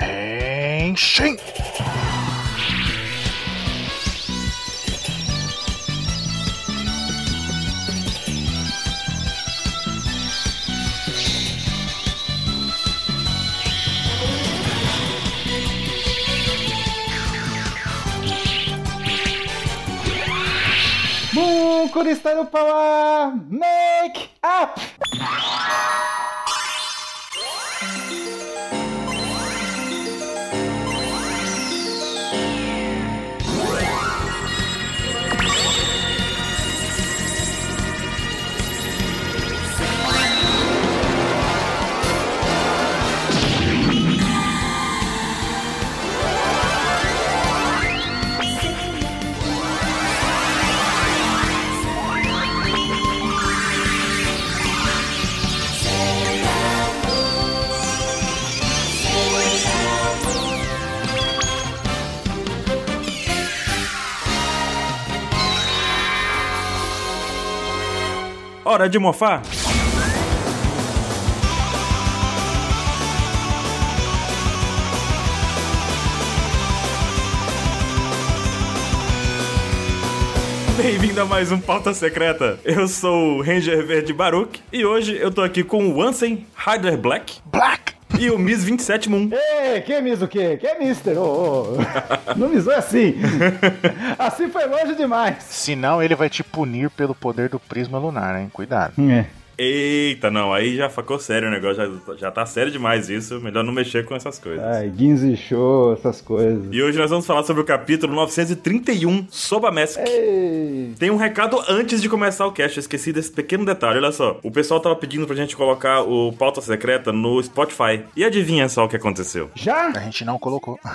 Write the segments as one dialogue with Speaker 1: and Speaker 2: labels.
Speaker 1: Henshin!
Speaker 2: Bum, Kuristano Power Make Up!
Speaker 3: Hora de mofar! Bem-vindo a mais um Pauta Secreta. Eu sou o Ranger Verde Baruch e hoje eu tô aqui com o Ansem Hyder Black
Speaker 1: Black!
Speaker 3: e o Miss 27 Moon.
Speaker 2: Ê, que miss o quê? Que mister? Ô, ô. Não misou assim. Assim foi longe demais.
Speaker 1: Senão ele vai te punir pelo poder do prisma lunar, hein? Cuidado.
Speaker 2: É.
Speaker 3: Eita, não, aí já ficou sério o negócio, já, já tá sério demais isso, melhor não mexer com essas coisas.
Speaker 2: Ai, Ginzi Show, essas coisas.
Speaker 3: E hoje nós vamos falar sobre o capítulo 931, Soba Mask.
Speaker 2: Ei.
Speaker 3: Tem um recado antes de começar o cast, eu esqueci desse pequeno detalhe, olha só. O pessoal tava pedindo pra gente colocar o Pauta Secreta no Spotify. E adivinha só o que aconteceu?
Speaker 2: Já?
Speaker 1: A gente não colocou.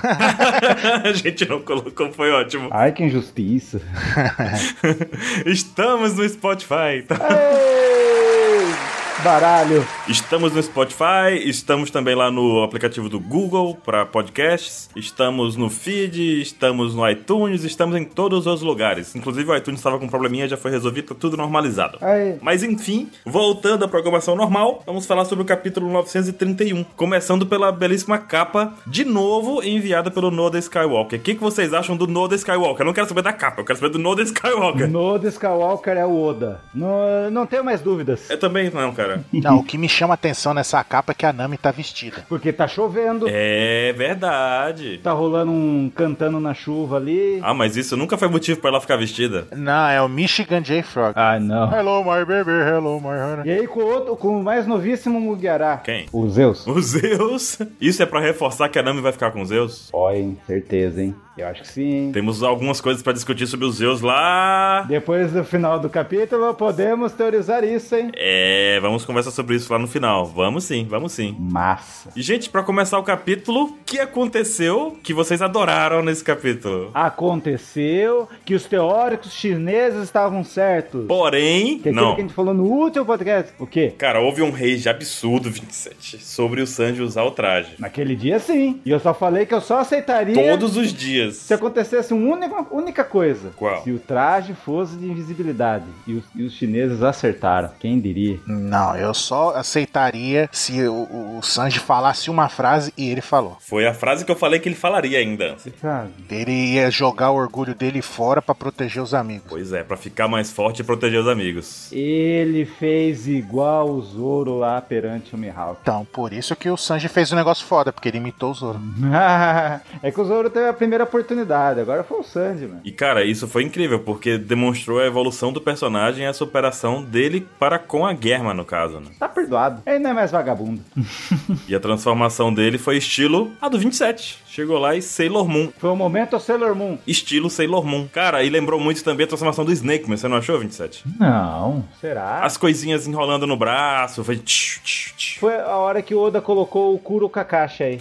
Speaker 3: A gente não colocou, foi ótimo.
Speaker 2: Ai, que injustiça.
Speaker 3: Estamos no Spotify. tá?
Speaker 2: Ei, Baralho.
Speaker 3: Estamos no Spotify, estamos também lá no aplicativo do Google para podcasts, estamos no feed, estamos no iTunes, estamos em todos os lugares. Inclusive o iTunes estava com um probleminha, já foi resolvido, tá tudo normalizado.
Speaker 2: Ai.
Speaker 3: Mas enfim, voltando à programação normal, vamos falar sobre o capítulo 931. Começando pela belíssima capa, de novo enviada pelo Noda Skywalker. O que, que vocês acham do Noda Skywalker? Eu não quero saber da capa, eu quero saber do Noda Skywalker.
Speaker 2: Noda Skywalker é o Oda. No, não tenho mais dúvidas.
Speaker 3: Eu É também não, cara.
Speaker 1: Não, o que me chama atenção nessa capa é que a Nami tá vestida.
Speaker 2: Porque tá chovendo,
Speaker 3: É verdade.
Speaker 2: tá rolando um cantando na chuva ali.
Speaker 3: Ah, mas isso nunca foi motivo pra ela ficar vestida.
Speaker 1: Não, é o Michigan J. Frog.
Speaker 2: Ah, não.
Speaker 1: Hello, my baby, hello, my honey.
Speaker 2: E aí com o outro, com o mais novíssimo Mugiará.
Speaker 3: Quem?
Speaker 2: O Zeus.
Speaker 3: O Zeus? Isso é pra reforçar que a Nami vai ficar com Zeus?
Speaker 2: Ó, hein? Certeza, hein? Eu acho que sim.
Speaker 3: Temos algumas coisas pra discutir sobre o Zeus lá.
Speaker 2: Depois do final do capítulo, podemos teorizar isso, hein?
Speaker 3: É, vamos conversar sobre isso lá no final. Vamos sim, vamos sim.
Speaker 2: Massa.
Speaker 3: E, Gente, pra começar o capítulo, o que aconteceu que vocês adoraram nesse capítulo?
Speaker 2: Aconteceu que os teóricos chineses estavam certos.
Speaker 3: Porém,
Speaker 2: Que é aquilo
Speaker 3: não.
Speaker 2: que a gente falou no último podcast. O quê?
Speaker 3: Cara, houve um rage absurdo, 27, sobre o Sanji usar o traje.
Speaker 2: Naquele dia, sim. E eu só falei que eu só aceitaria
Speaker 3: Todos os dias.
Speaker 2: se acontecesse uma única, única coisa.
Speaker 3: Qual?
Speaker 2: Se o traje fosse de invisibilidade. E os, e os chineses acertaram. Quem diria?
Speaker 1: Não, eu só aceitaria se o- o, o Sanji falasse uma frase e ele falou.
Speaker 3: Foi a frase que eu falei que ele falaria ainda.
Speaker 2: Sabe?
Speaker 1: Ele ia jogar o orgulho dele fora pra proteger os amigos.
Speaker 3: Pois é, pra ficar mais forte e proteger os amigos.
Speaker 2: Ele fez igual o Zoro lá perante o Mihawk.
Speaker 1: Então, por isso que o Sanji fez um negócio foda, porque ele imitou o Zoro.
Speaker 2: é que o Zoro teve a primeira oportunidade, agora foi o Sanji, mano.
Speaker 3: E cara, isso foi incrível, porque demonstrou a evolução do personagem e a superação dele para com a Germa, no caso, né?
Speaker 2: Tá perdoado. Ele não é mais vagabundo.
Speaker 3: E a transformação dele foi estilo a do 27. Chegou lá e Sailor Moon.
Speaker 2: Foi o momento Sailor Moon.
Speaker 3: estilo Sailor Moon. Cara, e lembrou muito também a transformação do Snake, mas você não achou, 27?
Speaker 2: Não. Será?
Speaker 3: As coisinhas enrolando no braço, foi... tch, tch, tch.
Speaker 2: Foi a hora que o Oda colocou o Kuro Kakashi aí.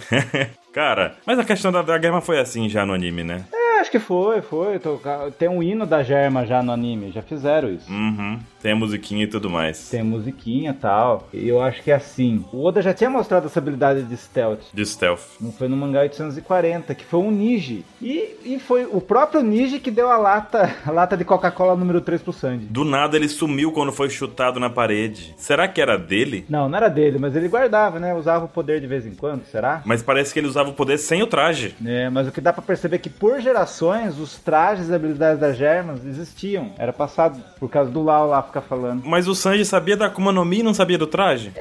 Speaker 3: Cara, mas a questão da, da guerra foi assim já no anime, né?
Speaker 2: É, Acho que foi, foi. Tô- Tem um hino da Germa já no anime, já fizeram isso.
Speaker 3: Uhum. Tem a musiquinha e tudo mais.
Speaker 2: Tem musiquinha e tal. E eu acho que é assim. O Oda já tinha mostrado essa habilidade de stealth.
Speaker 3: De stealth.
Speaker 2: Não foi no mangá 840, que foi um Niji. E, e foi o próprio Niji que deu a lata, a lata de Coca-Cola número 3 pro Sandy.
Speaker 3: Do nada ele sumiu quando foi chutado na parede. Será que era dele?
Speaker 2: Não, não era dele, mas ele guardava, né? Usava o poder de vez em quando, será?
Speaker 3: Mas parece que ele usava o poder sem o traje.
Speaker 2: É, mas o que dá pra perceber é que por gerações os trajes e habilidades das Germas existiam. Era passado por causa do Lau lá ficar falando.
Speaker 3: Mas o Sanji sabia da Akuma no Mi e não sabia do traje?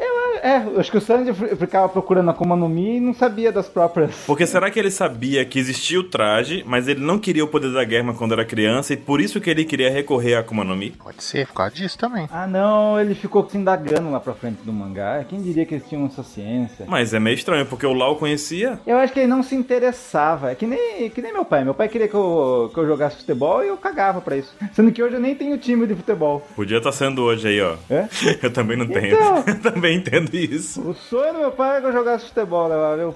Speaker 2: É, eu acho que o Sandy f- ficava procurando a Kuma no Mi e não sabia das próprias.
Speaker 3: Porque será que ele sabia que existia o traje, mas ele não queria o poder da guerra quando era criança e por isso que ele queria recorrer à Akuma no Mi?
Speaker 1: Pode ser, por causa disso também.
Speaker 2: Ah não, ele ficou se indagando lá pra frente do mangá. É, Quem diria que eles tinham essa ciência?
Speaker 3: Mas é meio estranho, porque o Lau conhecia.
Speaker 2: Eu acho que ele não se interessava. É que nem, que nem meu pai. Meu pai queria que eu, que eu jogasse futebol e eu cagava pra isso. Sendo que hoje eu nem tenho time de futebol.
Speaker 3: Podia estar sendo hoje aí, ó.
Speaker 2: É?
Speaker 3: Eu também não tenho.
Speaker 2: Então.
Speaker 3: Eu também entendo isso.
Speaker 2: O sonho do meu pai é que eu jogasse futebol, né? Eu...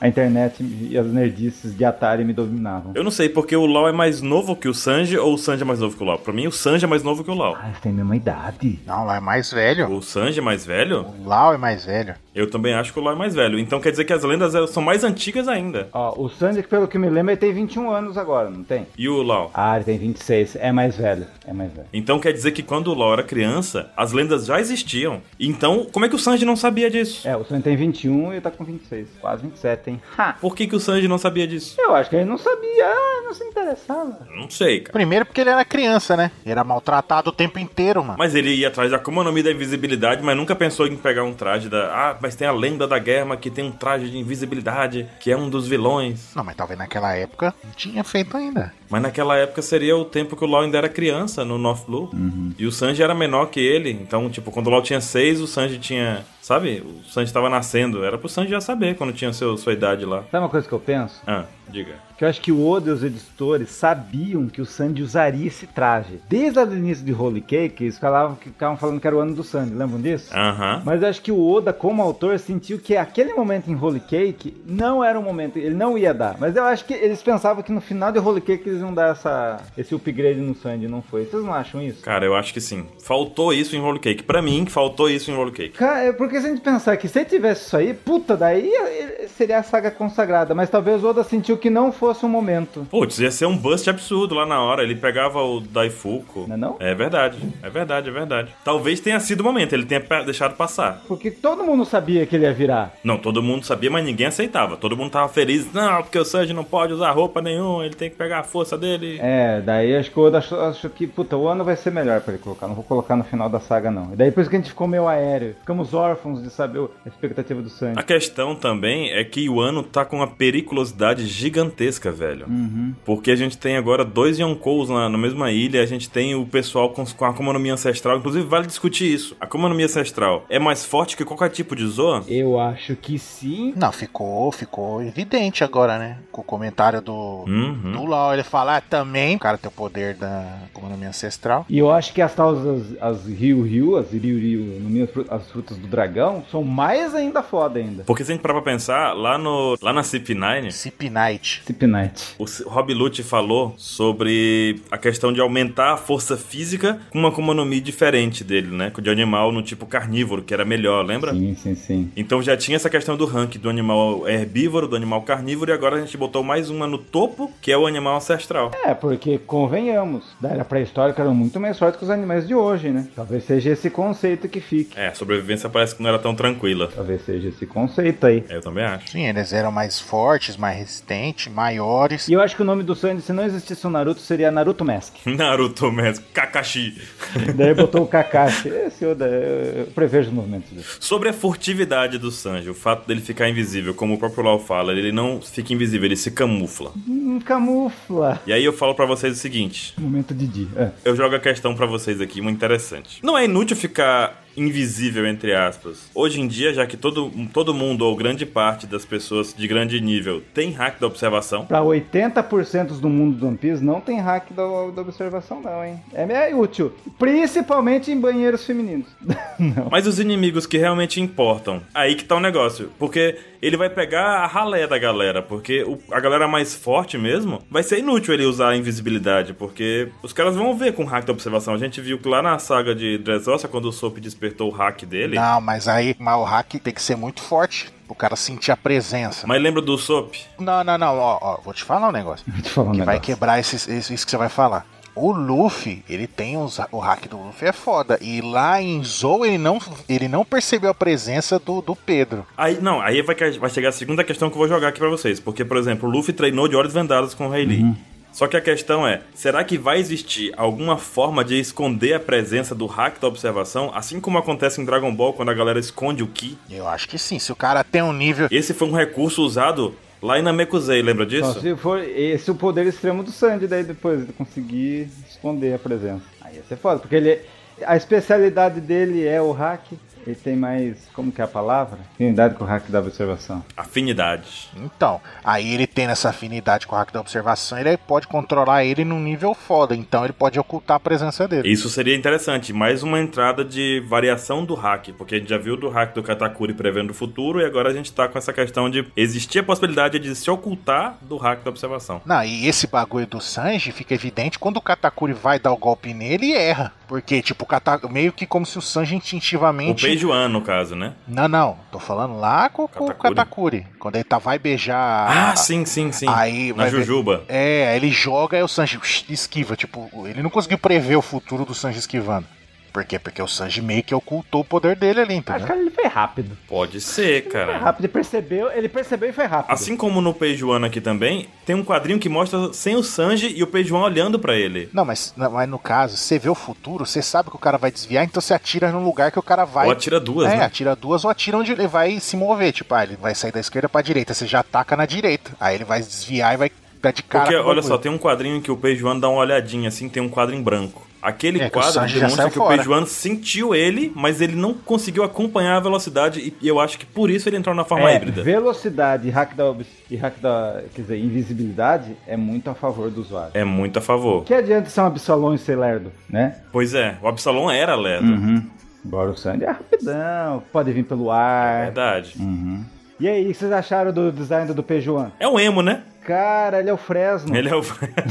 Speaker 2: A internet e as nerdices de Atari me dominavam.
Speaker 3: Eu não sei porque o Lau é mais novo que o Sanji ou o Sanji é mais novo que o Lau. Pra mim, o Sanji é mais novo que o Lau.
Speaker 2: Ah, eles têm a mesma idade.
Speaker 1: Não, lá é mais velho.
Speaker 3: O Sanji é mais velho?
Speaker 1: O Lau é mais velho.
Speaker 3: Eu também acho que o Lau é mais velho. Então quer dizer que as lendas elas são mais antigas ainda.
Speaker 2: Ó, o Sandy, pelo que eu me lembro, ele tem 21 anos agora, não tem?
Speaker 3: E o Lau?
Speaker 2: Ah, ele tem 26. É mais velho. É mais velho.
Speaker 3: Então quer dizer que quando o Lau era criança, as lendas já existiam. Então, como é que o Sanji não sabia disso?
Speaker 2: É, o Sandy tem 21 e ele tá com 26. Quase 27, hein? Ha!
Speaker 3: Por que, que o Sanji não sabia disso?
Speaker 2: Eu acho que ele não sabia, ah, não se interessava.
Speaker 3: Não sei, cara.
Speaker 1: Primeiro porque ele era criança, né? Ele era maltratado o tempo inteiro, mano.
Speaker 3: Mas ele ia atrás da Akuma no Mi da invisibilidade, mas nunca pensou em pegar um traje da. Ah, mas tem a lenda da Germa que tem um traje de invisibilidade, que é um dos vilões.
Speaker 1: Não, mas talvez naquela época não tinha feito ainda.
Speaker 3: Mas naquela época seria o tempo que o Law ainda era criança no North Blue. E o Sanji era menor que ele. Então, tipo, quando o Law tinha seis, o Sanji tinha. Sabe? O Sanji tava nascendo. Era pro Sanji já saber quando tinha seu, sua idade lá.
Speaker 2: Sabe uma coisa que eu penso?
Speaker 3: Ah, diga.
Speaker 2: Que eu acho que o Oda e os editores sabiam que o Sandy usaria esse traje. Desde lá do início de Holy Cake, eles falavam que ficavam falando que era o ano do Sandy, lembram disso?
Speaker 3: Aham.
Speaker 2: Mas eu acho que o Oda, como autor, sentiu que aquele momento em Holy Cake não era o momento, ele não ia dar. Mas eu acho que eles pensavam que no final de Holy Cake eles iam dar essa, esse upgrade no Sandy, não foi? Vocês não acham isso?
Speaker 3: Cara, eu acho que sim. Faltou isso em Roll Cake. Pra mim, faltou isso em Roll Cake.
Speaker 2: Cara, é porque se a gente pensar que se ele tivesse isso aí, puta, daí eh, seria a saga consagrada. Mas talvez o Oda sentiu que não fosse o momento.
Speaker 3: Putz, ia ser um bust absurdo lá na hora. Ele pegava o Daifuku.
Speaker 2: Não é não?
Speaker 3: É verdade, é verdade, é verdade. Talvez tenha sido o momento, ele tenha pe- deixado passar.
Speaker 2: Porque todo mundo sabia que ele ia virar.
Speaker 3: Não, todo mundo sabia, mas ninguém aceitava. Todo mundo tava feliz. Não, porque o Sanji não pode usar roupa nenhuma, ele tem que pegar a força dele.
Speaker 2: É, daí acho que o Oda achou, achou que, puta, o ano vai ser melhor pra ele colocar. Não vou colocar no final da saga, não. E daí por isso que a gente ficou meio aéreo. Ficamos órfãos de saber o- a expectativa do Sandy.
Speaker 3: A questão também é que o ano tá com uma periculosidade gigantesca, velho.
Speaker 2: Uhum.
Speaker 3: Porque a gente tem agora dois Yonkous na, na mesma ilha, a gente tem o pessoal com, com a Akuma no Mi ancestral. Inclusive, vale discutir isso. A Akuma no Mi ancestral é mais forte que qualquer tipo de Zoa?
Speaker 2: Eu acho que sim.
Speaker 1: Não, ficou, ficou evidente agora, né? Com o comentário do.
Speaker 3: Uhum.
Speaker 1: Do LOL, ele fala ah, também. O cara tem o poder da economia ancestral.
Speaker 2: E eu acho que as tais, as, as Ryu Ryu, as Ryu Ryu, no meio, as fru- as frutas do dragão, são mais ainda foda ainda.
Speaker 3: Porque se a gente parar pra pensar, lá, no, lá na CP9,
Speaker 1: Cip Knight.
Speaker 2: Cip Knight.
Speaker 3: O S- Rob Lute falou sobre a questão de aumentar a força física com uma Akuma no Mi diferente dele, né? De animal no tipo carnívoro, que era melhor, lembra?
Speaker 2: Sim, sim, sim.
Speaker 3: Então já tinha essa questão do rank do animal herbívoro, do animal carnívoro, e agora a gente botou mais uma no topo, que é o animal ancestral.
Speaker 2: É, porque convenhamos, da era pré-histórica eram muito mais fortes que os animais de hoje, né? Talvez seja esse conceito que fique.
Speaker 3: É, a sobrevivência parece que não era tão tranquila.
Speaker 2: Talvez seja esse conceito aí.
Speaker 3: É, Eu também acho.
Speaker 1: Sim, eles eram mais fortes, mais resistentes, maiores.
Speaker 2: E eu acho que o nome do Sandy, se não existisse o Naruto, seria Naruto Mask.
Speaker 3: Naruto mesmo, Kakashi.
Speaker 2: Daí botou o Kakashi. Esse Oda, eu, eu prevejo os movimentos dele.
Speaker 3: Sobre a furtividade do Sanji, o fato dele ficar invisível, como o próprio Lau fala, ele não fica invisível, ele se camufla.
Speaker 2: Hum, camufla.
Speaker 3: E aí eu falo pra vocês o seguinte:
Speaker 2: Momento Didi. É.
Speaker 3: Eu jogo a questão pra vocês aqui, muito interessante. Não é inútil ficar invisível, entre aspas. Hoje em dia, já que todo, todo mundo, ou grande parte das pessoas de grande nível, tem hack da observação,
Speaker 2: Pra 80% do mundo do One Piece não tem hack da, da observação, não, hein? É meio útil. Principalmente em banheiros femininos. não.
Speaker 3: Mas os inimigos que realmente importam, aí que tá o negócio. Porque ele vai pegar a ralé da galera, porque o- a galera mais forte mesmo vai ser inútil ele usar a invisibilidade, porque os caras vão ver com o hack da observação. A gente viu que lá na saga de Dressrosa, quando o Soap despertou o hack dele.
Speaker 1: Não, mas aí mas o hack tem que ser muito forte pro cara sentir a presença.
Speaker 3: Mas lembra do Soap?
Speaker 1: Não, não, não, ó, ó, vou te falar um negócio.
Speaker 2: Vou te falar um
Speaker 1: que vai
Speaker 2: negócio.
Speaker 1: quebrar esses, esses- isso que você vai falar. O Luffy, ele tem os, o hack do Luffy é foda. E lá em Zou ele não, ele não percebeu a presença do, do Pedro.
Speaker 3: Aí, não, aí vai, que- vai chegar a segunda questão que eu vou jogar aqui pra vocês. Porque, por exemplo, o Luffy treinou de olhos vendados com o Rei Lee. Só que a questão é, será que vai existir alguma forma de esconder a presença do hack da observação, assim como acontece em Dragon Ball quando a galera esconde o Ki?
Speaker 1: Eu acho que sim. Se o cara tem um nível.
Speaker 3: Esse foi um recurso usado lá em Namekusei, lembra
Speaker 1: é
Speaker 2: Só
Speaker 3: disso?
Speaker 2: se for esse é o poder extremo do Sandy, daí depois ele conseguir esconder a presença. Aí ia ser foda, porque ele. A especialidade dele é o hack. Ele tem mais. Como que é a palavra? Afinidade com o hack da observação.
Speaker 3: Afinidade.
Speaker 1: Então, aí ele tem essa afinidade com o hack da observação, ele aí pode controlar ele num nível foda. Então ele pode ocultar a presença dele.
Speaker 3: Isso seria interessante, mais uma entrada de variação do hack, porque a gente já viu do hack do Katakuri prevendo o futuro e agora a gente tá com essa questão de existir a possibilidade de se ocultar do hack da observação.
Speaker 1: Não, e esse bagulho do Sanji fica evidente quando o Katakuri vai dar o golpe nele e erra. Porque, tipo, o Kata... meio que como se o Sanji
Speaker 3: O
Speaker 1: instintivamente.
Speaker 3: Peijuan, no caso, né?
Speaker 1: Não, não. Tô falando lá com, com o
Speaker 3: Katakuri.
Speaker 1: Katakuri. Quando ele tá, vai beijar.
Speaker 3: Ah,
Speaker 1: a-
Speaker 3: sim, sim, sim.
Speaker 1: Aí
Speaker 3: Na
Speaker 1: vai ver-
Speaker 3: Jujuba.
Speaker 1: É, aí ele joga e o Sanji esquiva. Tipo, ele não conseguiu prever o futuro do Sanji esquivando. Por quê? Porque o Sanji meio que ocultou o poder dele ali,
Speaker 3: Ah,
Speaker 2: Acho
Speaker 1: entendeu?
Speaker 2: que Ah, ele foi rápido.
Speaker 3: Pode ser,
Speaker 2: Foi
Speaker 3: cara.
Speaker 2: rápido, ele percebeu, ele percebeu e foi rápido.
Speaker 3: Assim como no Peijuan aqui também, tem um quadrinho que mostra sem o Sanji e o Peijuan olhando pra ele.
Speaker 1: Não, mas, não, mas no caso, você vê o futuro, você sabe que o cara vai desviar, então você atira no lugar que o cara vai.
Speaker 3: Ou atira duas,
Speaker 1: é,
Speaker 3: né?
Speaker 1: atira duas ou atira onde ele vai se mover. Tipo, ah, ele vai sair da esquerda pra direita, você já ataca na direita. Aí ele vai desviar e vai dar de cara.
Speaker 3: Porque,
Speaker 1: com o
Speaker 3: olha
Speaker 1: bagulho.
Speaker 3: só, tem um quadrinho em que o Peijuan dá uma olhadinha, assim, tem um quadro em branco. Aquele
Speaker 1: É, que o
Speaker 3: quadro
Speaker 1: Sanji já
Speaker 3: demonstra
Speaker 1: saiu
Speaker 3: que o
Speaker 1: fora.
Speaker 3: Peijuan sentiu ele, mas ele não conseguiu acompanhar a velocidade, e- e eu acho que por isso ele entrou na forma
Speaker 2: é,
Speaker 3: híbrida.
Speaker 2: velocidade e hack, da, obs- e hack da. Quer dizer, invisibilidade é muito a favor do usuário.
Speaker 3: É muito a favor.
Speaker 2: Que adianta ser um Absalom e ser lerdo, né?
Speaker 3: Pois é, o Absalom era lerdo.
Speaker 1: Hum.
Speaker 2: Agora o Sandy é rapidão, pode vir pelo
Speaker 3: É
Speaker 2: ar.
Speaker 3: verdade.
Speaker 1: Hum.
Speaker 2: E aí, o que vocês acharam do design do Pejuan?
Speaker 3: É um emo, né?
Speaker 2: Cara, ele é o
Speaker 1: Hum.
Speaker 2: Fresno.
Speaker 3: Ele é o...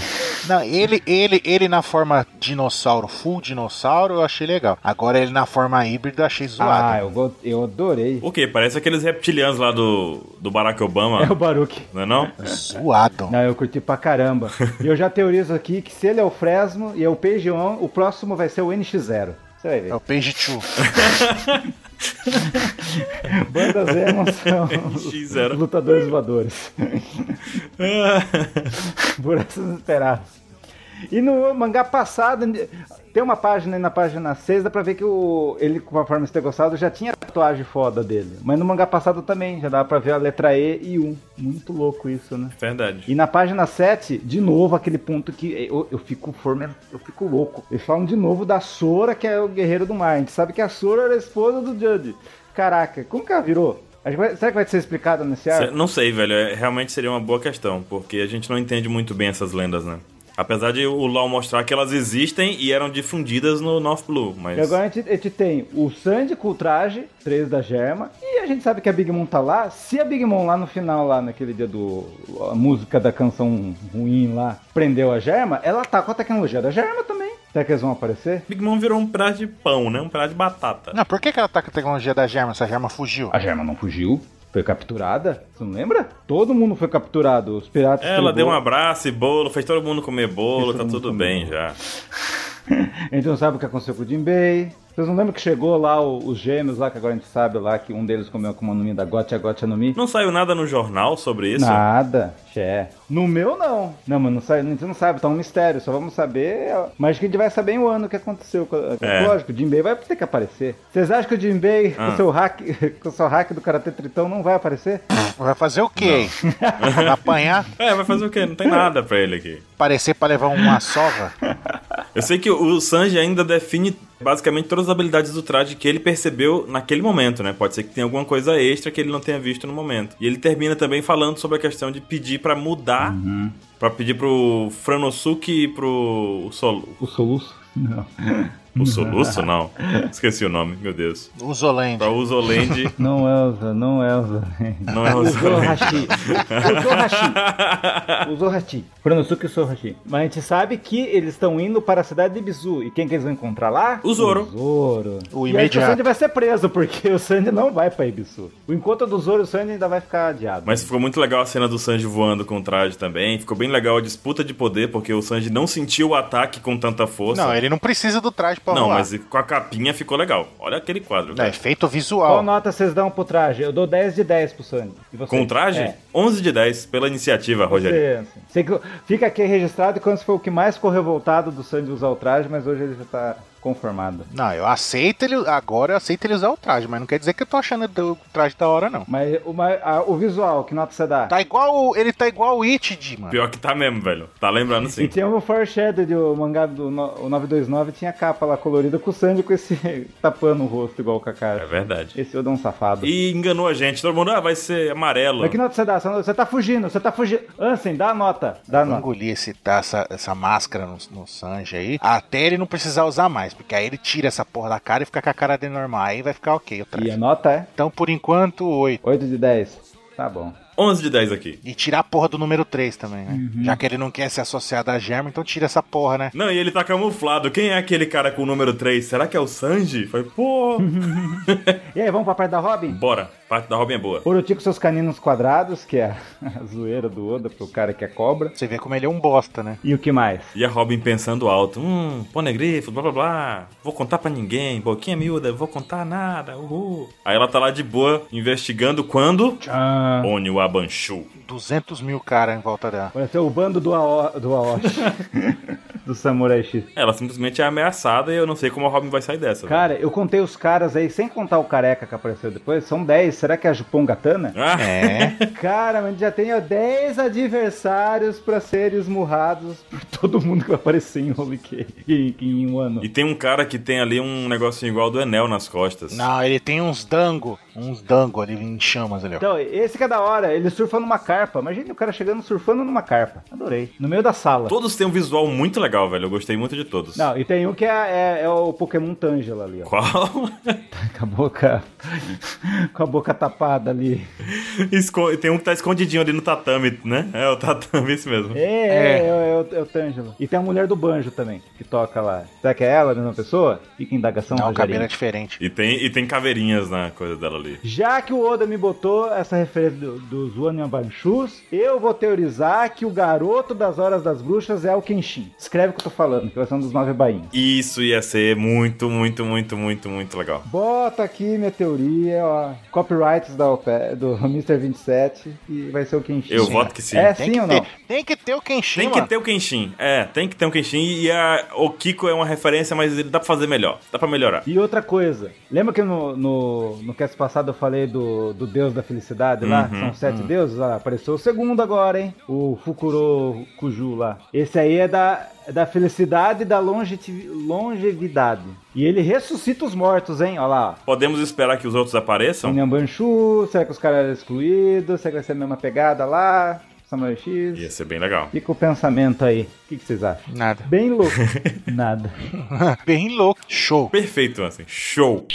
Speaker 1: Não, ele, ele, ele na forma dinossauro, full dinossauro, eu achei legal. Agora ele na forma híbrida, eu achei
Speaker 3: é
Speaker 1: zoado.
Speaker 2: Ah, eu, go- eu adorei.
Speaker 3: o quê? Parece aqueles reptilianos lá do, do Barack Obama,
Speaker 2: É o Baruque.
Speaker 3: não é não?
Speaker 1: Zoado.
Speaker 2: Não, eu curti pra caramba. E eu já teorizo aqui que se ele é o Fresno e é o Pejuan, o próximo vai ser o NX0. Você vai ver.
Speaker 1: É o Page 2.
Speaker 2: Bandas Emos são
Speaker 3: NX0.
Speaker 2: os lutadores voadores. Por essas esperadas. E no mangá passado, tem uma página aí na página 6, dá pra ver que o, ele, conforme você ter gostado, já tinha a tatuagem foda dele. Mas no mangá passado também, já dá pra ver a letra E e 1. Muito louco isso, né?
Speaker 3: Verdade.
Speaker 2: E na página 7, de novo, aquele ponto que eu, eu fico formen- eu fico louco. Eles falam de novo da Sora, que é o guerreiro do mar. A gente sabe que a Sora era a esposa do Judge. Caraca, como que ela virou? A gente vai- Será que vai ser explicado nesse
Speaker 3: Se-
Speaker 2: ar?
Speaker 3: Não sei, velho. É, Realmente seria uma boa questão, porque a gente não entende muito bem essas lendas, né? Apesar de o LoL mostrar que elas existem e eram difundidas no North Blue, mas...
Speaker 2: E agora a gente, a gente tem o Sandy com o traje, 3 da Germa, e a gente sabe que a Big Mom tá lá. Se a Big Mom lá no final, lá naquele dia do. a música da canção ruim lá, prendeu a Germa, ela tá com a tecnologia da Germa também. Será que eles vão aparecer?
Speaker 3: Big Mom virou um prato de pão, né? Um prato de batata.
Speaker 1: Não, por que, que ela tá com a tecnologia da Germa? Essa Germa fugiu.
Speaker 2: A Germa não fugiu, foi capturada. Você não lembra? Todo mundo foi capturado. Os piratas.
Speaker 3: Ela
Speaker 2: tribou-
Speaker 3: deu um abraço e bolo, fez todo mundo comer bolo,
Speaker 2: Fez todo
Speaker 3: tá
Speaker 2: mundo
Speaker 3: tudo
Speaker 2: comer
Speaker 3: bem
Speaker 2: bolo.
Speaker 3: já.
Speaker 2: A gente não sabe o que aconteceu com o Jinbei. Vocês não lembram que chegou lá o- os gêmeos lá, que agora a gente sabe lá que um deles comeu com no Mi da Gotcha Gotcha no Mi?
Speaker 3: Não saiu nada no jornal sobre isso?
Speaker 2: Nada, xé. No meu, não. Não, mas não sai, a gente não sabe, tá um mistério. Só vamos saber. Mas que a gente vai saber em um ano o que aconteceu. com a-
Speaker 3: É.
Speaker 2: Lógico, o Jinbei vai ter que aparecer. Vocês acham que o Jinbei,
Speaker 3: Ah.
Speaker 2: com, seu hack, com o seu hack do Karate Tritão, não vai aparecer?
Speaker 1: Vai fazer o quê? Vai apanhar?
Speaker 3: É, vai fazer o quê? Não tem nada pra ele aqui.
Speaker 1: Parecer pra levar uma sova?
Speaker 3: Eu sei que o Sanji ainda define basicamente todas as habilidades do traje que ele percebeu naquele momento, né? Pode ser que tenha alguma coisa extra que ele não tenha visto no momento. E ele termina também falando sobre a questão de pedir pra mudar,
Speaker 2: Uhum.
Speaker 3: pra pedir pro Franosuke e pro Solu...
Speaker 2: O soluço? Não.
Speaker 3: O Soluço, não. Esqueci o nome, meu Deus.
Speaker 1: O Zoland.
Speaker 3: Pra Usoland,
Speaker 2: Não, Elza, não, Elza.
Speaker 3: não é
Speaker 2: O
Speaker 3: Usoland.
Speaker 2: Zohashi. O Zohashi. O Zohashi. Pronosuke e o Zohashi. Mas a gente sabe que eles estão indo para a cidade de Bizu. E quem que eles vão encontrar lá?
Speaker 3: O Zoro.
Speaker 2: O Zoro.
Speaker 1: O
Speaker 2: E aí que o
Speaker 1: imediato.
Speaker 2: Sandy vai ser preso, porque o Sandy não vai pra Ibisu. O encontro do Zoro e o Sandy ainda vai ficar adiado.
Speaker 3: Mas ficou muito legal a cena do Sanji voando com o traje também. Ficou bem legal a disputa de poder, porque o Sanji não sentiu o ataque com tanta força.
Speaker 1: Não, ele não precisa do traje pra
Speaker 3: Não,
Speaker 1: rolar.
Speaker 3: mas é. com a capinha ficou legal. Olha aquele quadro.
Speaker 1: Não, é
Speaker 3: cara.
Speaker 2: É,
Speaker 1: efeito
Speaker 2: Qual
Speaker 1: visual.
Speaker 2: nota vocês dão pro traje? Eu dou 10 de 10 pro Sandy. E vocês?
Speaker 3: Com o traje,
Speaker 2: É.
Speaker 3: 11 de 10 pela iniciativa, Rogério.
Speaker 2: Você- assim, sei que eu- fica aqui registrado quanto foi o que mais ficou revoltado do Sandy usar o traje, mas hoje ele já tá conformado.
Speaker 1: Não, eu aceito ele. Agora eu aceito ele usar o traje, mas não quer dizer que eu tô achando o traje da hora, não.
Speaker 2: Mas o, ma- a- o visual, que nota você dá?
Speaker 1: Tá igual. o- Ele tá igual o Itid,
Speaker 2: É.
Speaker 1: mano.
Speaker 3: Pior que tá mesmo, velho. Tá lembrando
Speaker 2: E
Speaker 3: sim.
Speaker 2: tinha um foreshadow, o mangá do no- o 929 tinha capa lá colorida com o Sandy com esse tapando o rosto igual o
Speaker 3: É
Speaker 2: Kakashi.
Speaker 3: verdade.
Speaker 2: Esse Oda é um safado.
Speaker 3: E enganou a gente. Todo mundo, ah, vai ser amarelo.
Speaker 2: Mas que nota você dá? Você- Você tá fugindo, você tá fugindo. Ansem, dá a nota. Dá a
Speaker 1: Vou
Speaker 2: nota.
Speaker 1: engolir esse, tá, essa, essa máscara no, no Sanji aí, até ele não precisar usar mais, porque aí ele tira essa porra da cara e fica com a cara dele normal, aí vai ficar ok o
Speaker 2: E
Speaker 1: traje.
Speaker 2: a nota é
Speaker 1: Então, por enquanto, 8.
Speaker 2: 8 de 10. Tá bom.
Speaker 3: 11 de 10 aqui.
Speaker 1: E tirar a porra do número 3 também, né?
Speaker 2: Uhum.
Speaker 1: Já que ele não quer se associar da germa, então tira essa porra, né?
Speaker 3: Não, e ele tá camuflado. Quem é aquele cara com o número 3? Será que é o Sanji? Foi, pô.
Speaker 2: Uhum. E aí, vamos pra parte da Robin?
Speaker 3: Bora. Parte da Robin é boa.
Speaker 2: Uroti com seus caninos quadrados, que é a zoeira do Oda pro cara que é cobra.
Speaker 1: Você vê como ele é um bosta, né?
Speaker 2: E o que mais?
Speaker 3: E a Robin pensando alto, hum, ponegrifo, blá blá blá, vou contar pra ninguém, boquinha miúda, vou contar nada, uhul. Aí ela tá lá de boa, investigando quando...
Speaker 2: Ah.
Speaker 3: Oni o Abanchu.
Speaker 1: 200 mil cara em volta dela.
Speaker 2: Pareceu o bando do, Ao do Aoshi. do Samurai X.
Speaker 3: Ela simplesmente é ameaçada e eu não sei como a Robin vai sair dessa. velho.
Speaker 2: Cara, eu contei os caras aí, sem contar o careca que apareceu depois, são 10. Será que é a Jupongatana?
Speaker 3: Ah,
Speaker 1: É.
Speaker 2: Cara, mas já tem ó, 10 adversários pra serem esmurrados por todo mundo que vai aparecer em Holy Cake em, em um ano.
Speaker 3: E tem um cara que tem ali um negocinho igual do Enel nas costas.
Speaker 1: não, ele tem uns dango, uns dango ali em chamas ali, ó.
Speaker 2: Então, esse que é da hora, ele surfa numa carpa. Imagina o cara chegando surfando numa carpa. Adorei. No meio da sala.
Speaker 3: Todos têm um visual muito legal, velho. Eu gostei muito de todos.
Speaker 2: Não, e tem um que é, é- é o Pokémon Tangela ali, ó.
Speaker 3: Qual?
Speaker 2: Com a boca. com a boca tapada ali.
Speaker 3: Esco- Tem um que tá escondidinho ali no tatame, né? É o tatame, isso mesmo.
Speaker 2: É, é, é, é o, é o Tângelo. E tem a mulher do banjo também, que toca lá. Será que é ela, a mesma pessoa? Fica a indagação,
Speaker 1: Não, o cabelo é
Speaker 2: Rogerinho.
Speaker 1: diferente.
Speaker 3: E tem, e tem caveirinhas na coisa dela ali.
Speaker 2: Já que o Oda me botou essa referência do- dos One Banchus, eu vou teorizar que o garoto das Horas das Bruxas é o Kenshin. Escreve o que eu tô falando, que vai ser um dos nove bainhos.
Speaker 3: Isso ia ser muito, muito, muito, muito, muito legal.
Speaker 2: Bota aqui minha teoria, ó. Copyrights da OPE, do Mr. 27 e vai ser o Kenshin.
Speaker 3: Eu voto que sim.
Speaker 2: É
Speaker 1: Tem
Speaker 2: sim
Speaker 1: que
Speaker 2: ou não?
Speaker 1: ter, tem que ter o Kenshin,
Speaker 3: Tem que
Speaker 1: mano.
Speaker 3: ter o Kenshin. É, tem que ter um Kenshin. E a, o Kiko é uma referência, mas ele dá pra fazer melhor. Dá pra melhorar.
Speaker 2: E outra coisa, lembra que no, no, no cast passado eu falei do, do deus da felicidade lá,
Speaker 1: Uhum,
Speaker 2: que são sete deuses? Ah, apareceu o segundo agora, hein? O Fukuro Kuju lá. Esse aí é da, é da felicidade e da longevi- longevidade. E ele ressuscita os mortos, hein? Olha lá. ó.
Speaker 3: Podemos esperar que os outros
Speaker 1: Então.
Speaker 3: apareçam?
Speaker 2: Inhambanchu, será que os caras eram excluídos? Será que vai ser a mesma pegada lá? Samurai X?
Speaker 3: Ia ser bem legal.
Speaker 2: Fica o pensamento aí. O que, que vocês acham?
Speaker 1: Nada.
Speaker 2: Bem louco. Nada.
Speaker 1: Bem louco. Show.
Speaker 3: Perfeito, assim. Show.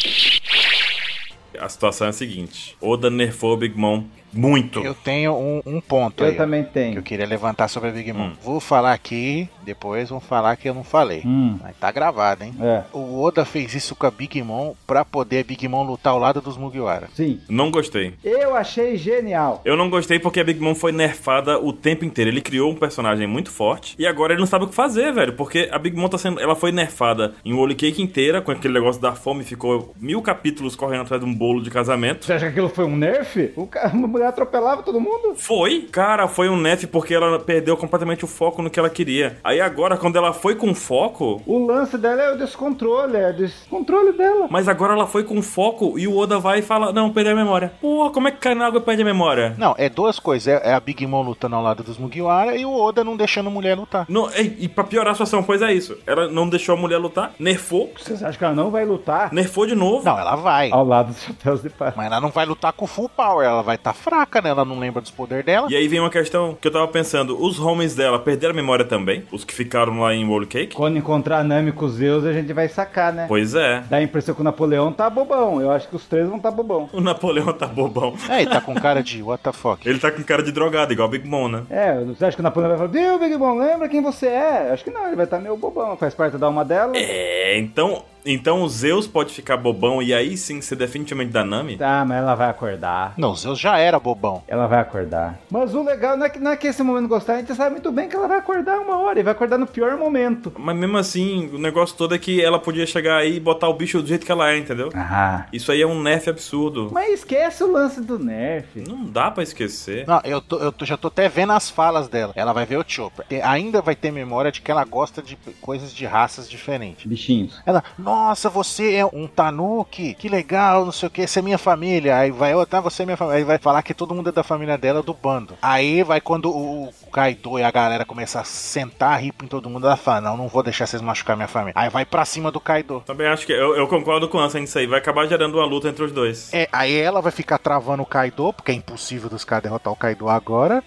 Speaker 3: A situação é a seguinte: Oda nerfou o Big Mom muito.
Speaker 1: Eu tenho um, um ponto
Speaker 2: Eu
Speaker 1: aí. ó.
Speaker 2: também
Speaker 1: que eu
Speaker 2: tenho.
Speaker 1: queria levantar sobre a Big Mom. Vou falar aqui, depois vão falar que eu não falei.
Speaker 2: Hum.
Speaker 1: Mas tá gravado, hein?
Speaker 2: É.
Speaker 1: O Oda fez isso com a Big Mom pra poder a Big Mom lutar ao lado dos Mugiwara.
Speaker 2: Sim.
Speaker 3: Não gostei.
Speaker 2: Eu achei genial.
Speaker 3: Eu não gostei porque a Big Mom foi nerfada o tempo inteiro. Ele criou um personagem muito forte e agora ele não sabe o que fazer, velho. Porque a Big Mom tá sendo. Ela foi nerfada em Holy Cake inteira, com aquele negócio da fome, ficou mil capítulos correndo atrás de um bolo de casamento.
Speaker 2: Você acha que aquilo foi um nerf? O cara, mulher atropelava todo mundo?
Speaker 3: Foi? Cara, foi um nef porque ela perdeu completamente o foco no que ela queria. Aí agora, quando ela foi com foco.
Speaker 2: O lance dela é o descontrole, é o descontrole dela.
Speaker 3: Mas agora ela foi com foco e o Oda vai e fala: Não, perdeu a memória. Pô, como é que cai na água e perde a memória?
Speaker 1: Não, é duas coisas. É, é a Big Mom lutando ao lado dos Mugiwara e o Oda não deixando a mulher lutar.
Speaker 3: Não, e, e pra piorar a situação, pois é isso. Ela não deixou a mulher lutar, nerfou,
Speaker 2: Vocês acham que ela não vai lutar
Speaker 3: nerfou de novo.
Speaker 1: Não, ela vai.
Speaker 2: ao lado dos chapéus de palha?
Speaker 1: Mas ela não vai lutar com full power, ela vai estar fraca, né? Ela não lembra dos poderes dela.
Speaker 3: E aí vem uma questão que eu tava pensando: os homens dela perderam a memória também? Os que ficaram lá em World Cake?
Speaker 2: Quando encontrar a Nami com os Zeus, a gente vai sacar, né?
Speaker 3: Pois é.
Speaker 2: Dá a impressão que o Napoleão tá bobão. Eu acho que os três vão tá bobão.
Speaker 3: O Napoleão tá bobão.
Speaker 1: É, e tá com cara de what the fuck.
Speaker 3: Ele tá com cara de drogado, igual Big Mom, né?
Speaker 2: É, você acha que o Napoleão vai falar, viu, Big Mom, lembra quem você é? Acho que não, ele vai estar meio bobão, faz parte da alma dela.
Speaker 3: É, então. Então o Zeus pode ficar bobão e aí sim ser definitivamente da Nami?
Speaker 2: Tá, mas ela vai acordar.
Speaker 1: Não, Zeus já era bobão.
Speaker 2: Ela vai acordar. Mas o legal não é que, não é que esse momento gostar, a gente sabe muito bem que ela vai acordar uma hora e vai acordar no pior momento.
Speaker 3: Mas mesmo assim, o negócio todo é que ela podia chegar aí e botar o bicho do jeito que ela é, entendeu?
Speaker 2: Ah.
Speaker 3: Isso aí é um nerf absurdo.
Speaker 2: Mas esquece o lance do nerf.
Speaker 3: Não dá pra esquecer.
Speaker 1: Não, eu, tô- eu tô- já tô até vendo as falas dela. Ela vai ver o Chopper. Tem- ainda vai ter memória de que ela gosta de p- coisas de raças diferentes.
Speaker 2: Bichinhos.
Speaker 1: Ela, nossa, você é um tanuki, que legal, não sei o que, você é minha família. Aí vai outra, "Ah, você é minha família. Aí vai falar que todo mundo é da família dela, do bando. Aí vai quando o o Kaido e a galera começam a sentar ripo em todo mundo, ela fala, não, não vou deixar vocês machucar minha família. Aí vai pra cima do Kaido.
Speaker 3: Também acho que. Eu, eu concordo com o Ansem nisso aí. Vai acabar gerando uma luta entre os dois.
Speaker 1: É, aí ela vai ficar travando o Kaido, porque é impossível dos caras derrotar o Kaido agora.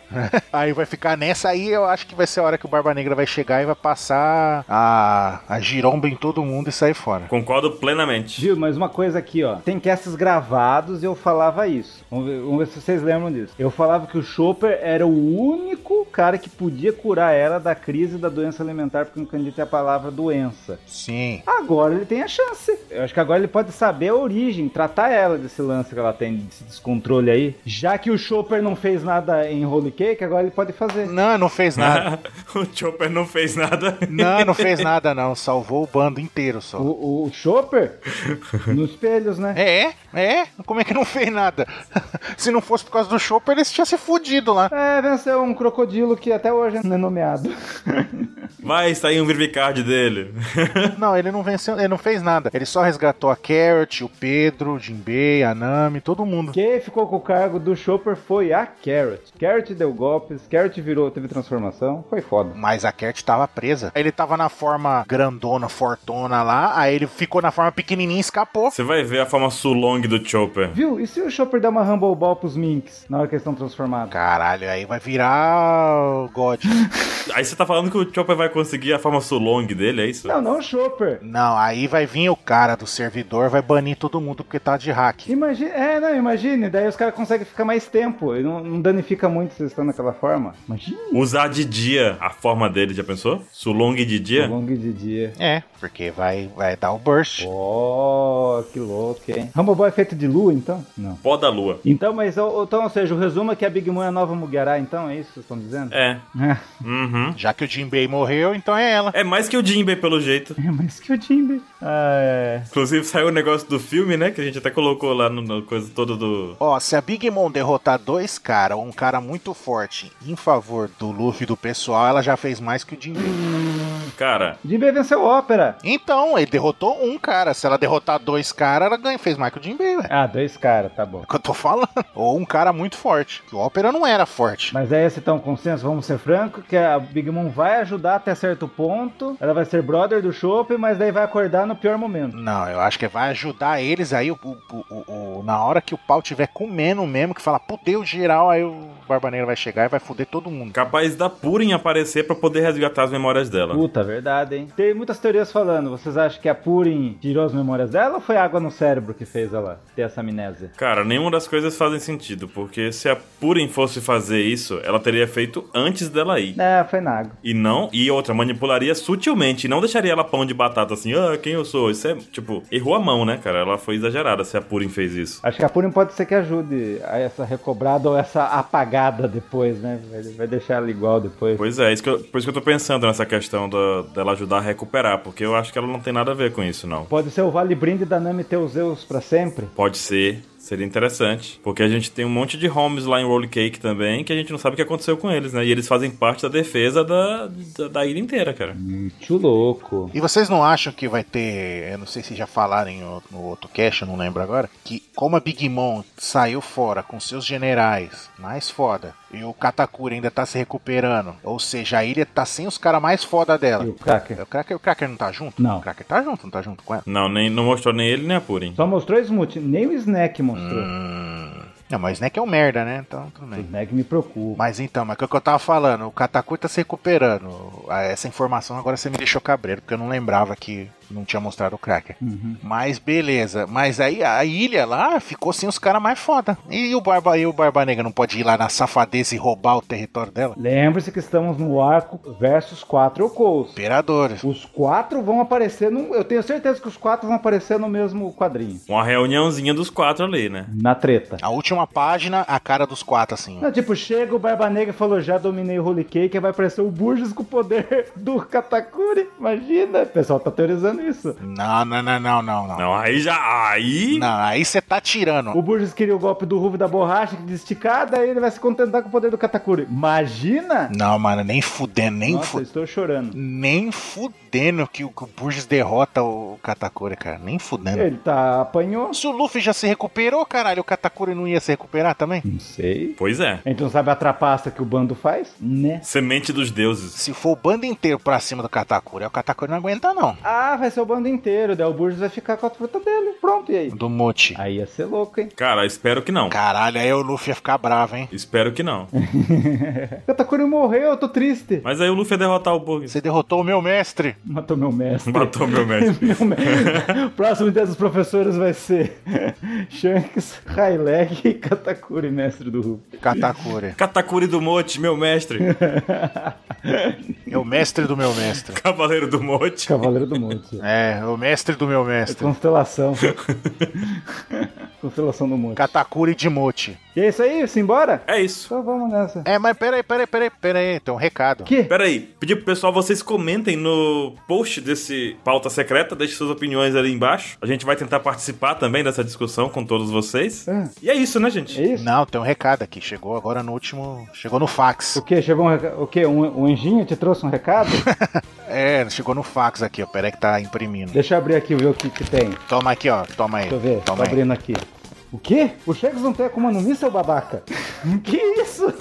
Speaker 1: aí vai ficar nessa, aí eu acho que vai ser a hora que o Barba Negra vai chegar e vai passar a, a giromba em todo mundo e sair fora.
Speaker 3: Concordo plenamente.
Speaker 2: Viu, mas uma coisa aqui, ó. Tem casts gravados e eu falava isso. Vamos ver, vamos ver se vocês lembram disso. Eu falava que o Chopper era o único cara que podia curar ela da crise da doença alimentar, porque no candidato é a palavra doença.
Speaker 1: Sim.
Speaker 2: Agora ele tem a chance. Eu acho que agora ele pode saber a origem, tratar ela desse lance que ela tem, desse descontrole aí. Já que o Chopper não fez nada em Holy Cake, agora ele pode fazer.
Speaker 1: Não, não fez nada.
Speaker 3: o Chopper não fez nada.
Speaker 1: não, não fez nada não, salvou o bando inteiro só.
Speaker 2: O, o Chopper? nos espelhos, né?
Speaker 1: É, é? Como é que não fez nada? se não fosse por causa do Chopper, eles tinham se fudido lá.
Speaker 2: É, venceu um crocodilo que até hoje não é nomeado.
Speaker 3: Vai sair um Vivicard dele.
Speaker 1: Não, ele não venceu, ele não fez nada. Ele só resgatou a Carrot, o Pedro, o Jinbei, a Nami, todo mundo.
Speaker 2: Quem ficou com o cargo do Chopper foi a Carrot. Carrot deu golpes, Carrot virou, teve transformação, foi foda.
Speaker 1: Mas a Kert tava presa. Ele tava na forma grandona, fortona lá. Aí ele ficou na forma pequenininha e escapou.
Speaker 3: Você vai ver a forma Sulong do Chopper.
Speaker 2: Viu? E se o Chopper der uma Humble Ball pros Minks na hora que eles estão transformados?
Speaker 1: Caralho, aí vai virar o God.
Speaker 3: Aí você tá falando que o Chopper vai conseguir a forma Sulong dele, é isso?
Speaker 2: Não, não o Chopper.
Speaker 1: Não, aí vai vir o cara do servidor, vai banir todo mundo porque tá de hack.
Speaker 2: Imagine, é, não, imagine, daí os caras conseguem ficar mais tempo, e não, não danifica muito se eles estão naquela forma. Imagina.
Speaker 3: Usar de dia a forma dele, já pensou? Sulong de dia?
Speaker 2: Long de dia.
Speaker 1: É, porque vai, vai dar o burst.
Speaker 2: Oh, que louco, hein? Humble Ball é feito de lua, então? Não.
Speaker 3: Pó da lua.
Speaker 2: Então, mas, ou- ou- então, ou seja, o resumo é que a Big Mom é a nova Mugiará, então, é isso que vocês estão dizendo?
Speaker 3: É.
Speaker 2: É.
Speaker 3: Uhum.
Speaker 1: Já que o Jinbei morreu, então é ela.
Speaker 3: É mais que o Jinbei, pelo jeito.
Speaker 2: É mais que o Jimbe. Ah, é.
Speaker 3: Inclusive saiu o negócio do filme, né? Que a gente até colocou lá no, no coisa toda do.
Speaker 1: Ó, se a Big Mom derrotar dois caras, um cara muito forte, em favor do Luffy e do pessoal, ela já fez mais que o Jinbei.
Speaker 3: Cara,
Speaker 2: O Jinbe venceu a ópera.
Speaker 1: Então, ele derrotou um cara. Se ela derrotar dois caras, ela ganha, fez mais que o Jinbei, ué.
Speaker 2: Ah, dois caras, tá bom.
Speaker 1: É o que eu tô falando. Ou um cara muito forte. Que o Ópera não era forte.
Speaker 2: Mas é esse então o consenso, vamos ser franco, que a Big Mom vai ajudar até certo ponto. Ela vai ser brother do Chopper, mas daí vai acordar no pior momento.
Speaker 1: Não, eu acho que vai ajudar eles aí o, o- o- o- na hora que o pau tiver comendo mesmo, que fala, pudeu geral, aí o Barbaneiro vai chegar e vai foder todo mundo.
Speaker 3: capaz da Purim aparecer pra poder resgatar as memórias dela.
Speaker 2: Puta, verdade, hein? Tem muitas teorias falando. Vocês acham que a Purim tirou as memórias dela ou foi água no cérebro que fez ela ter essa amnésia?
Speaker 3: Cara, nenhuma das coisas fazem sentido, porque se a Purim fosse fazer isso, ela teria feito antes dela ir.
Speaker 2: É, foi na água.
Speaker 3: E não, e outra, manipularia sutilmente, e não deixaria ela pão de batata assim, ah, quem eu sou? Isso é, tipo, errou a mão, né, cara? Ela foi exagerada se a Purim fez isso.
Speaker 2: Acho que a Purim pode ser que ajude a essa recobrada ou essa apagada depois, né? Vai- Vai deixar ela igual depois.
Speaker 3: Pois é, isso que eu- por isso que eu tô pensando nessa questão da- dela ajudar a recuperar, porque eu acho que ela não tem nada a ver com isso, não.
Speaker 2: Pode ser o vale brinde da Nami ter os Zeus pra sempre.
Speaker 3: Pode ser, Seria interessante. Porque a gente tem um monte de homes lá em Roll Cake também que a gente não sabe o que aconteceu com eles, né? E eles fazem parte da defesa da, da, da ilha inteira, cara.
Speaker 2: Muito louco.
Speaker 1: E vocês não acham que vai ter, eu não sei se já falaram em outro- no outro cast, eu não lembro agora, que como a Big Mom saiu fora com seus generais mais foda, e o Katakuri ainda tá se recuperando, ou seja, a ilha tá sem os caras mais foda dela.
Speaker 2: E o Cracker?
Speaker 1: O Cracker, o Cracker não tá junto?
Speaker 2: Não.
Speaker 1: O Cracker tá junto, não tá junto com ela?
Speaker 3: Não, nem, não mostrou nem ele nem a Purim.
Speaker 2: Só mostrou Smooth, nem o Snack mostrou.
Speaker 1: Hum. Não, mas o Snack é um merda, né? Então tudo
Speaker 2: O
Speaker 1: bem.
Speaker 2: Snack me preocupa.
Speaker 1: Mas então, mas é o que eu tava falando, o Katakuri tá se recuperando. Ah, Essa informação agora você me deixou cabreiro, porque eu não lembrava que não tinha mostrado o Cracker.
Speaker 2: Uhum.
Speaker 1: Mas beleza, mas aí a ilha lá ficou sem os caras mais foda. E o Barba e o Barba Negra não pode ir lá na safadeza e roubar o território dela?
Speaker 2: Lembre-se que estamos no arco versus quatro Ocos.
Speaker 1: Imperadores.
Speaker 2: Os quatro vão aparecer no. Eu tenho certeza que os quatro vão aparecer no mesmo quadrinho.
Speaker 3: Uma reuniãozinha dos quatro ali, né?
Speaker 2: Na treta.
Speaker 1: A última página, a cara dos quatro, assim. ó.
Speaker 2: Não, tipo, chega o Barba Negra e falou: já dominei o Holy Cake, aí vai aparecer o Burgess com o poder do Katakuri. Imagina! O pessoal tá teorizando isso.
Speaker 1: Não, não, não, não, não, não.
Speaker 3: Não, aí já. Aí.
Speaker 1: Não, aí você tá tirando.
Speaker 2: O Burgess queria o golpe do Ruve da borracha que desticada, aí ele vai se contentar com o poder do Katakuri. Imagina!
Speaker 1: Não, mano, nem fudendo, nem
Speaker 2: Nossa, eu
Speaker 1: fudendo.
Speaker 2: estou chorando.
Speaker 1: Nem fudendo que o que o Burgess derrota o Katakuri, cara. Nem fudendo.
Speaker 2: Ele tá apanhou?
Speaker 1: Se o Luffy já se recuperou, caralho, o Katakuri não ia se recuperar também?
Speaker 2: Não sei.
Speaker 3: Pois é.
Speaker 2: A gente não sabe a trapaça que o bando faz, né?
Speaker 3: Semente dos deuses.
Speaker 1: Se for o bando inteiro pra cima do Katakuri, aí o Katakuri não aguenta, não.
Speaker 2: Ah, vai ser o bando inteiro, daí o Burgess vai ficar com a fruta dele. Pronto, e aí?
Speaker 1: Do Mochi.
Speaker 2: Aí ia ser louco, hein?
Speaker 3: Cara, espero que não.
Speaker 1: Caralho, aí o Luffy ia ficar bravo, hein?
Speaker 3: Espero que não.
Speaker 2: Katakuri morreu, eu tô triste.
Speaker 3: Mas aí o Luffy ia derrotar o Bug.
Speaker 1: Você derrotou o meu mestre.
Speaker 2: Matou meu mestre.
Speaker 3: Matou meu mestre.
Speaker 2: Meu mestre. Próximo dia dos professores vai ser Shanks, Haileg e Katakuri, mestre do Ruff.
Speaker 1: Katakuri.
Speaker 3: Katakuri do Mote, meu mestre.
Speaker 1: É o mestre do meu mestre.
Speaker 3: Cavaleiro do Mote.
Speaker 2: Cavaleiro do Monte.
Speaker 1: É, o mestre do meu mestre.
Speaker 2: É, Constelação. Constelação do Monte.
Speaker 1: Katakuri de Mote.
Speaker 2: E é isso aí, simbora?
Speaker 3: É isso.
Speaker 2: Então vamos nessa.
Speaker 1: É, mas peraí, peraí, peraí, peraí. Tem um recado.
Speaker 2: Que?
Speaker 3: Pera aí, pedir pro pessoal, vocês comentem no post desse pauta secreta, deixem suas opiniões ali embaixo. A gente vai tentar participar também dessa discussão com todos vocês.
Speaker 2: Ah,
Speaker 3: E é isso, né,
Speaker 2: É
Speaker 3: gente?
Speaker 2: isso?
Speaker 1: Não, tem um recado aqui. Chegou agora no último. Chegou no fax.
Speaker 2: O que? Chegou um, reca- o que? Um, um anjinho te trouxe um recado?
Speaker 1: É, chegou no fax aqui, ó. Peraí que tá imprimindo.
Speaker 2: Deixa eu abrir aqui e ver o que, que tem.
Speaker 1: Toma aqui, ó. Toma aí.
Speaker 2: Deixa eu ver, tô
Speaker 1: Toma aí.
Speaker 2: abrindo aqui. O quê? O Shanks não tá tem Akuma no Mi, seu babaca? que isso?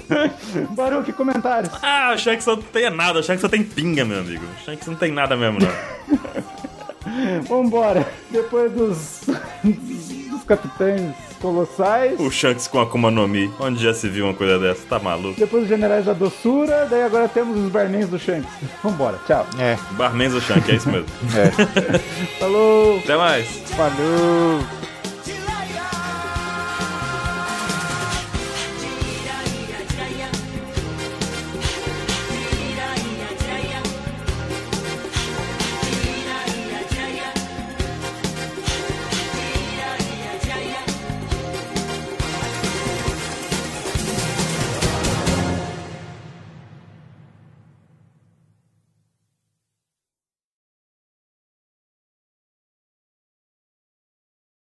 Speaker 2: Baruque, comentários.
Speaker 3: Ah, o Shanks não tem nada, o Shanks só tem pinga, meu amigo. O Shanks não tem nada mesmo, não.
Speaker 2: Vambora. Depois dos, dos capitães colossais,
Speaker 3: o Shanks com a Akuma no Mi, onde já se viu uma coisa dessa? Tá maluco?
Speaker 2: depois dos generais da doçura, daí agora temos os barmens do Shanks. Vambora, tchau.
Speaker 1: É,
Speaker 3: Barmenza Shanks, é isso mesmo.
Speaker 1: é.
Speaker 2: Falou.
Speaker 3: Até mais.
Speaker 1: Falou.